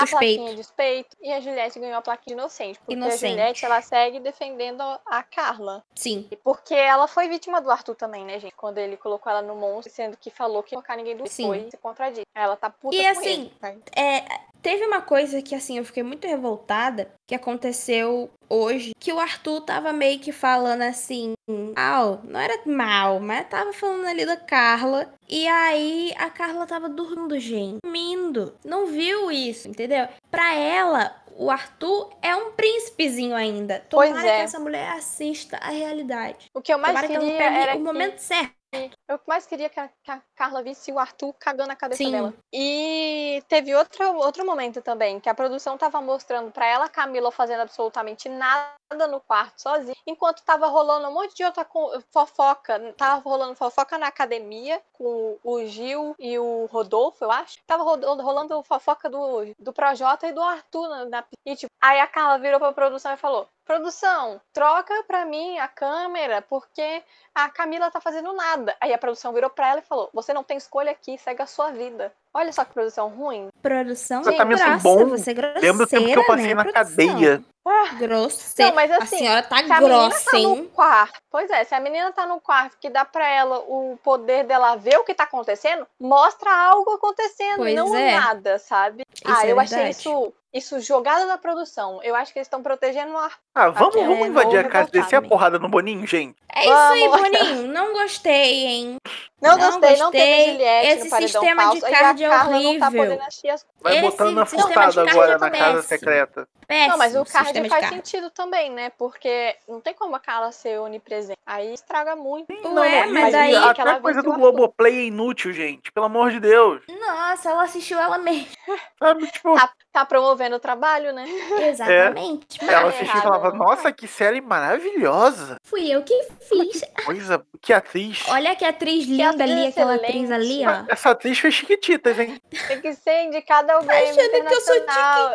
S2: a plaquinha de
S1: suspeito.
S2: despeito e a Juliette ganhou a plaquinha de inocente. Porque a
S1: Inocente.
S2: Juliette, ela segue defendendo a Carla.
S1: Sim.
S2: E Porque ela foi vítima do Arthur também, né, gente? Quando ele colocou ela no monstro, sendo que falou que ia colocar ninguém do
S1: Sim.
S2: foi, se contradiz. Ela tá puta
S1: E
S2: com
S1: assim,
S2: ele, tá?
S1: É, teve uma coisa que assim, eu fiquei muito revoltada que aconteceu hoje, que o Arthur tava meio que falando assim, mal, não era mal, mas tava falando ali da Carla, e aí a Carla tava dormindo, gente, dormindo. Não viu isso, entendeu? Pra ela, o Arthur é um príncipezinho ainda.
S2: Pois
S1: Tomara
S2: é.
S1: que essa mulher assista a realidade.
S2: O que eu mais
S1: Tomara que
S2: queria
S1: ela não
S2: era
S1: pegue
S2: que...
S1: o momento certo.
S2: Eu mais queria que a, que a Carla visse o Arthur cagando a cabeça
S1: Sim.
S2: dela. E teve outro, outro momento também, que a produção tava mostrando pra ela a Camila fazendo absolutamente nada no quarto sozinha, enquanto tava rolando um monte de outra co- fofoca. Tava rolando fofoca na academia com o Gil e o Rodolfo, eu acho. Tava ro- rolando fofoca do, do Projota e do Arthur na, na e, tipo, Aí a Carla virou pra produção e falou: Produção, troca pra mim a câmera, porque a Camila tá fazendo nada. Aí a produção virou pra ela e falou: Você não tem escolha aqui, segue a sua vida. Olha só que produção ruim.
S1: Produção
S2: Sim,
S1: grossa,
S2: tratamento
S3: bom.
S1: você é grosseira,
S3: Lembra o tempo que eu passei
S1: né,
S3: na
S1: produção?
S3: cadeia?
S1: Grosseira.
S2: Ah, Não, mas assim,
S1: a senhora tá
S2: Se a menina
S1: grossa,
S2: tá no
S1: hein?
S2: quarto, pois é, se a menina tá no quarto que dá pra ela o poder dela ver o que tá acontecendo, mostra algo acontecendo,
S1: Pois
S2: não
S1: é.
S2: nada, sabe?
S1: Isso
S2: ah,
S1: é
S2: eu achei
S1: verdade.
S2: isso, isso jogada da produção. Eu acho que eles estão protegendo o Arthur.
S3: Ah, vamos,
S2: Aquela
S3: vamos
S2: é
S3: invadir a
S2: novo,
S3: casa e descer a
S1: exatamente.
S3: porrada no Boninho, gente.
S1: É isso aí,
S2: Vamos.
S1: Boninho. Não gostei, hein?
S2: Não,
S1: Não
S2: gostei, não teve
S1: gostei.
S2: Juliette
S1: Esse
S2: no paredão
S1: sistema de
S2: falso, aí a
S1: card é
S2: Carla não tá
S1: horrível.
S2: podendo assistir as
S3: Vai
S1: Esse
S3: botando na
S1: sistema de
S3: furtada
S1: carne
S3: agora
S1: já
S3: na
S1: tá
S3: casa
S1: péssimo.
S3: secreta.
S1: Péssimo
S2: Não, mas o
S1: É sistema
S2: card
S1: de
S2: faz
S1: card.
S2: sentido também, né? Porque não tem como a Carla ser onipresente. Aí estraga muito.
S1: Ué, mas
S2: mas
S1: aí...
S2: a- que
S3: né? até
S2: ela
S3: a coisa
S2: viu
S3: do
S2: o Arthur.
S3: Globoplay é inútil, gente. Pelo amor de Deus.
S1: Nossa, ela assistiu ela mesma.
S3: Sabe, tipo,
S2: Tá, tá promovendo o trabalho, né?
S1: Exatamente. Mas
S3: É. ela assistiu e
S2: errado,
S3: falava,
S2: não
S3: nossa, que série maravilhosa.
S1: fui eu que fiz.
S3: Coisa, que atriz.
S1: Olha que atriz linda
S2: atriz
S1: ali, aquela
S2: excelente.
S1: atriz ali, ó.
S3: Essa atriz fez chiquititas, hein?
S2: Tem que ser indicada ao Grêmio
S1: achando que eu sou
S2: Internacional.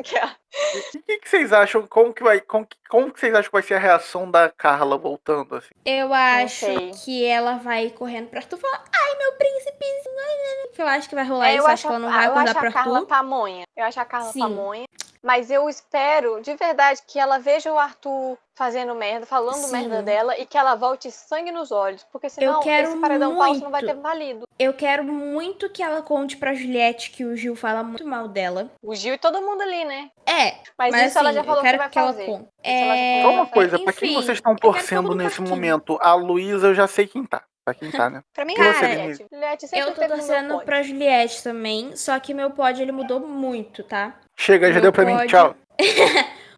S3: O que, que, que vocês acham? Como que, vai, como, que, como que vocês acham que vai ser a reação da Carla voltando, assim?
S1: Eu acho
S2: sei.
S1: que ela vai correndo pra Arthur e falar, ai, meu príncipezinho. ai, ai, ai". Que eu acho que vai rolar
S2: É,
S1: isso.
S2: eu
S1: Eu
S2: acho,
S1: acho que ela não
S2: a-
S1: vai
S2: eu
S1: acordar
S2: acho
S1: pra
S2: a Carla
S1: Arthur.
S2: pamonha. Eu acho a Carla
S1: Sim.
S2: pamonha. Mas eu espero, de verdade, que ela veja o Arthur fazendo merda, falando
S1: Sim.
S2: merda dela e que ela volte sangue nos olhos. Porque senão
S1: quero
S2: esse paredão falso não vai ter
S1: muito.
S2: valido.
S1: Eu quero muito que ela conte pra Juliette que o Gil fala muito mal dela.
S2: O Gil e todo mundo ali, né?
S1: É,
S2: Mas, isso ela
S1: assim,
S2: já falou
S1: eu quero
S2: que vai fazer.
S1: ela conte.
S2: Isso ela já
S1: É...
S3: Só
S2: falou.
S3: uma coisa, pra quem
S1: enfim,
S3: vocês estão
S1: eu quero um fogo
S3: torcendo
S1: no
S3: nesse
S1: parquinho.
S3: momento? A Luísa, eu já sei quem tá. Pra quem tá, né?
S2: Pra mim,
S1: Cara,
S2: é Juliette. Juliette sempre
S1: Eu tô
S2: teve um no meu
S1: torcendo
S2: pódio.
S1: pra Juliette também, só que meu pódio ele mudou muito, tá?
S3: Chega, já
S1: Meu
S3: deu pra mim.
S1: pódio.
S3: Tchau.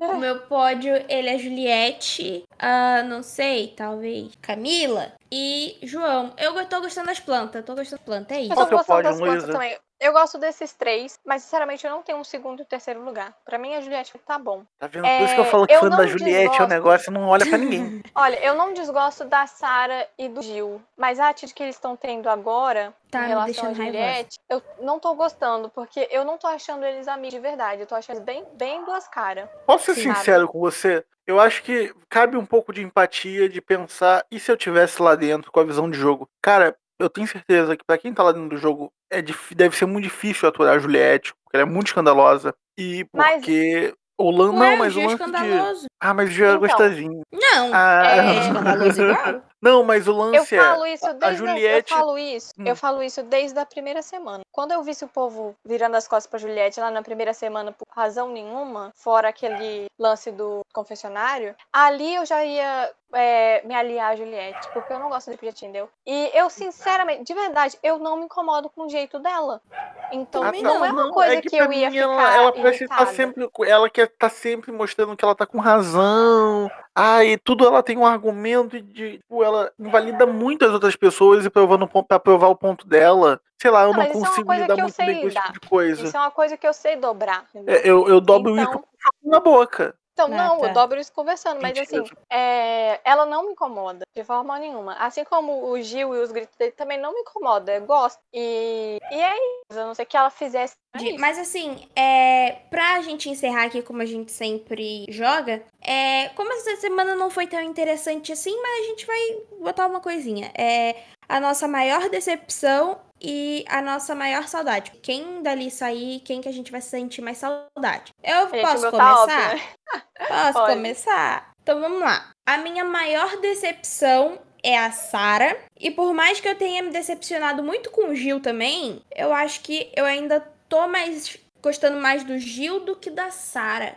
S1: O meu pódio, ele é Juliette, ah, não sei, talvez Camila e João. Eu go- tô gostando das plantas, tô gostando das plantas, é
S2: Eu
S1: isso.
S3: Qual
S2: tô
S3: que é o
S2: gostando
S3: pódio,
S2: das plantas
S3: Luísa?
S2: também. Eu gosto desses três, mas sinceramente eu não tenho um segundo e terceiro lugar. Pra mim, a Juliette tá bom.
S3: Tá vendo? Por isso que eu
S2: É,
S3: falo que
S2: eu
S3: fã da
S2: não
S3: Juliette é um
S2: desgosto.
S3: negócio não olha pra ninguém.
S2: Olha, eu não desgosto da Sara e do Gil, mas a atitude que eles estão tendo agora
S1: Tá
S2: em
S1: me
S2: relação à
S1: deixando raivosa.
S2: Juliette, eu não tô gostando, porque eu não tô achando eles amigos de verdade. Eu tô achando eles bem, bem duas caras.
S3: Posso ser
S2: Sim.
S3: sincero com você? Eu acho que cabe um pouco de empatia, de pensar, e se eu tivesse lá dentro com a visão de jogo? Cara, eu tenho certeza que pra quem tá lá dentro do jogo, é dif- deve ser muito difícil aturar a Juliette, porque ela é muito escandalosa. E
S2: Mas-
S3: porque. O Lan...
S1: Ué,
S3: não, mas o
S1: Gil é
S3: lance de...
S1: escandaloso.
S3: Ah, mas o Gil é
S2: Então,
S3: gostosinho.
S1: Não,
S3: Ah,
S1: é escandaloso igual.
S3: Não, mas o
S2: Eu
S3: lance é.
S2: falo isso
S3: a- a
S2: desde a-
S3: Juliette-
S2: eu falo isso,
S3: Hum.
S2: eu falo isso desde a primeira semana. Quando eu visse o povo virando as costas pra Juliette lá na primeira semana por razão nenhuma, fora aquele lance do confessionário, ali eu já ia é, me aliar a Juliette, porque eu não gosto do que Juliette entendeu. E eu, sinceramente, de verdade, eu não me incomodo com o jeito dela. Então
S3: Ah,
S2: não, é uma
S3: não,
S2: coisa
S3: é
S2: que,
S3: pra
S2: eu ia
S3: mim,
S2: ficar.
S3: Ela, ela parece que tá
S2: irritada.
S3: sempre, ela quer tá sempre mostrando que ela tá com razão. Ah, e tudo ela tem um argumento de. Tipo, ela invalida muito as outras pessoas e provando o pon- pra provar o ponto dela. Sei lá, eu
S2: Ah,
S3: não
S2: mas isso é uma
S3: consigo
S2: coisa
S3: lidar
S2: que eu
S3: muito
S2: sei
S3: bem com esse
S2: lidar.
S3: tipo de coisa.
S2: Isso é uma coisa que eu sei dobrar. entendeu?
S3: É, Eu, eu dobro
S2: então,
S3: isso na boca.
S2: Então,
S1: Ah,
S2: não,
S1: tá.
S2: eu dobro isso conversando, mas
S3: Mentira.
S2: assim, é, ela não me incomoda de forma nenhuma. Assim como o Gil e os gritos dele também não me incomoda, eu gosto. E, e é isso, a não ser que ela fizesse.
S1: De-
S2: isso.
S1: mas assim, é, pra gente encerrar aqui como a gente sempre joga, é, como essa semana não foi tão interessante assim, mas a gente vai botar uma coisinha. É, a nossa maior decepção e a nossa maior saudade. Quem dali sair, quem que a gente vai sentir mais saudade. Eu
S2: Gente, o
S1: posso
S2: meu tá
S1: começar?
S2: óbvio, né?
S1: Posso
S2: Pode.
S1: começar? Então vamos lá. A minha maior decepção é a Sara. E por mais que eu tenha me decepcionado muito com o Gil também, eu acho que eu ainda tô mais gostando mais do Gil do que da Sara.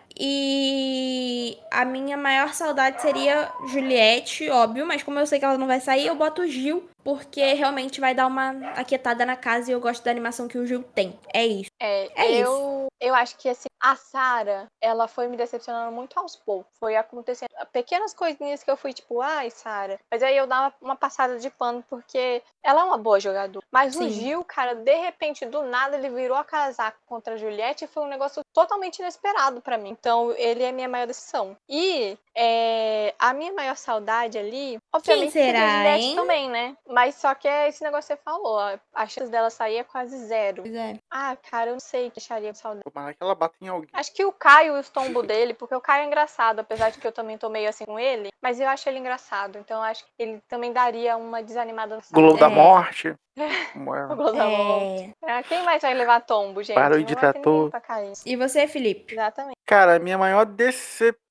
S1: E a minha maior saudade seria Juliette, óbvio, mas como eu sei que ela não vai sair, eu boto o Gil, porque realmente vai dar uma aquietada na casa e eu gosto da animação que o Gil tem. É isso.
S2: É,
S1: É
S2: eu, eu acho que assim, a Sara, ela foi me decepcionando muito aos poucos. Foi acontecendo pequenas coisinhas que eu fui tipo, ai, Sara. Mas aí eu dava uma passada de pano porque ela é uma boa jogadora. Mas
S1: Sim.
S2: o Gil, cara, de repente, do nada, ele virou a casaca contra a Juliette e foi um negócio totalmente inesperado pra mim. Então, ele é a minha maior decepção. E é, a minha maior saudade ali, obviamente, seria a
S1: será,
S2: Juliette
S1: hein?
S2: também, né? Mas só que é esse negócio que você falou, ó, a chance dela sair é quase zero.
S1: Pois é.
S2: Ah, cara, eu não sei o que acharia saudade.
S3: Tomara que ela bata em alguém.
S2: Acho que o Caio e os tombos dele, porque o Caio é engraçado, apesar de que eu também tô meio assim com ele, mas eu acho ele engraçado, então eu acho que ele também daria uma desanimada no
S3: Globo da
S1: É.
S3: Morte. Como é?
S2: O Globo da Morte.
S1: É.
S2: Ah, Quem mais vai levar tombo, gente?
S3: Barulho
S2: Não
S3: de
S2: vai ter ninguém
S3: trator.
S2: pra cair.
S1: E você, Felipe?
S2: Exatamente.
S3: Cara, a minha maior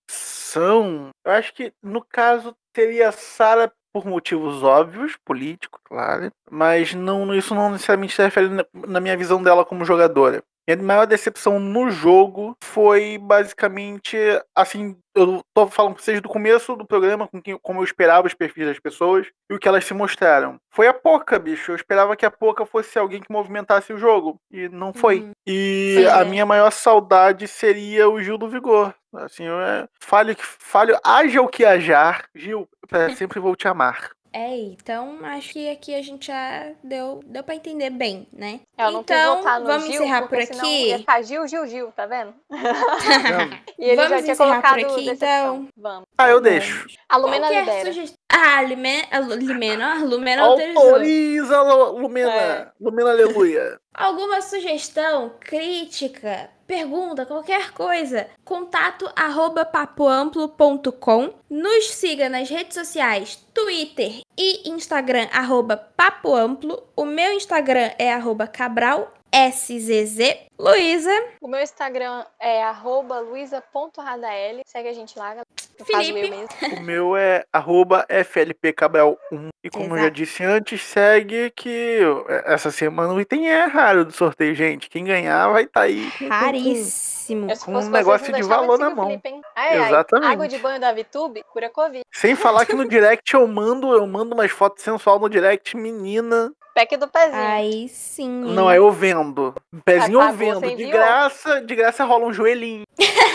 S3: decepção, eu acho que no caso teria a Sara por motivos óbvios, político, claro, mas não, isso não necessariamente se refere na, na minha visão dela como jogadora. Minha maior decepção no jogo foi basicamente assim, eu tô falando pra vocês do começo do programa, com quem, como eu esperava os perfis das pessoas e o que elas se mostraram. Foi a Poca, bicho. Eu esperava que a Poca fosse alguém que movimentasse o jogo. E não foi. E
S1: Pois
S3: a
S1: é.
S3: minha maior saudade seria o Gil do Vigor. Assim, eu, é, falho, que- falho, haja o que ajar. Gil, pra sempre vou te amar.
S1: É, então acho que aqui a gente já deu, deu para entender bem, né?
S2: Eu não quis
S1: Então,
S2: votar no
S1: vamos
S2: Gil,
S1: encerrar
S2: porque
S1: por
S2: senão
S1: aqui.
S2: ia ficar Gil, Gil, Gil, tá vendo?
S3: Tá vendo?
S2: E ele
S1: Vamos
S2: já tinha
S1: encerrar por
S2: colocado
S1: aqui, então?
S2: decepção. Vamos.
S3: Ah, eu deixo.
S2: A Lumena
S1: Qualquer
S2: lidera.
S1: sugestão- é Ah, Lumena, Lumena, ó, Lumena autorizou.
S3: Autoriza, Lu- Lumena.
S2: É.
S3: Lumena, aleluia.
S1: Alguma sugestão, crítica, pergunta, qualquer coisa, contato arroba papoamplo.com. Nos siga nas redes sociais, Twitter e Instagram, arroba papoamplo. O meu Instagram é arroba cabral, SZZ. Luísa,
S2: O meu Instagram é arroba luisa.radael. Segue a gente lá, galera. Eu faço
S1: Felipe.
S2: eu mesmo.
S3: O meu é arroba flpcabel1. E como eu já
S1: Exato.
S3: disse antes, segue que é, essa semana o item é raro do sorteio, gente. Quem ganhar vai estar aí. com- com- com-
S1: raríssimo.
S2: Eu, É se
S3: Com
S2: fosse
S3: um
S2: vocês,
S3: negócio
S2: não
S3: de
S2: deixava
S3: valor
S2: seguir
S3: na
S2: o
S3: mão.
S2: Felipe, hein? Ai, ai,
S3: Exatamente.
S2: Água de banho da VTube cura Covid.
S3: Sem falar que no direct eu mando, eu mando umas fotos sensual no direct, menina.
S2: Pack do pezinho.
S1: Aí sim. hein?
S3: Não, é eu vendo.
S1: Tá,
S3: Pezinho eu
S2: Acabou, você
S3: vendo. De
S2: enviou.
S3: graça, de graça rola um joelhinho.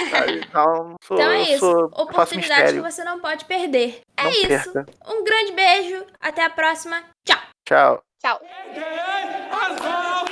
S3: sabe? Então, sou,
S1: Então é
S3: eu
S1: isso.
S3: sou- eu faço
S1: Oportunidade que
S3: mistério.
S1: você não pode perder. É
S3: Não
S1: isso.
S3: perca.
S1: Um grande beijo. Até a próxima. Tchau.
S3: Tchau.
S2: Tchau.
S4: Azar!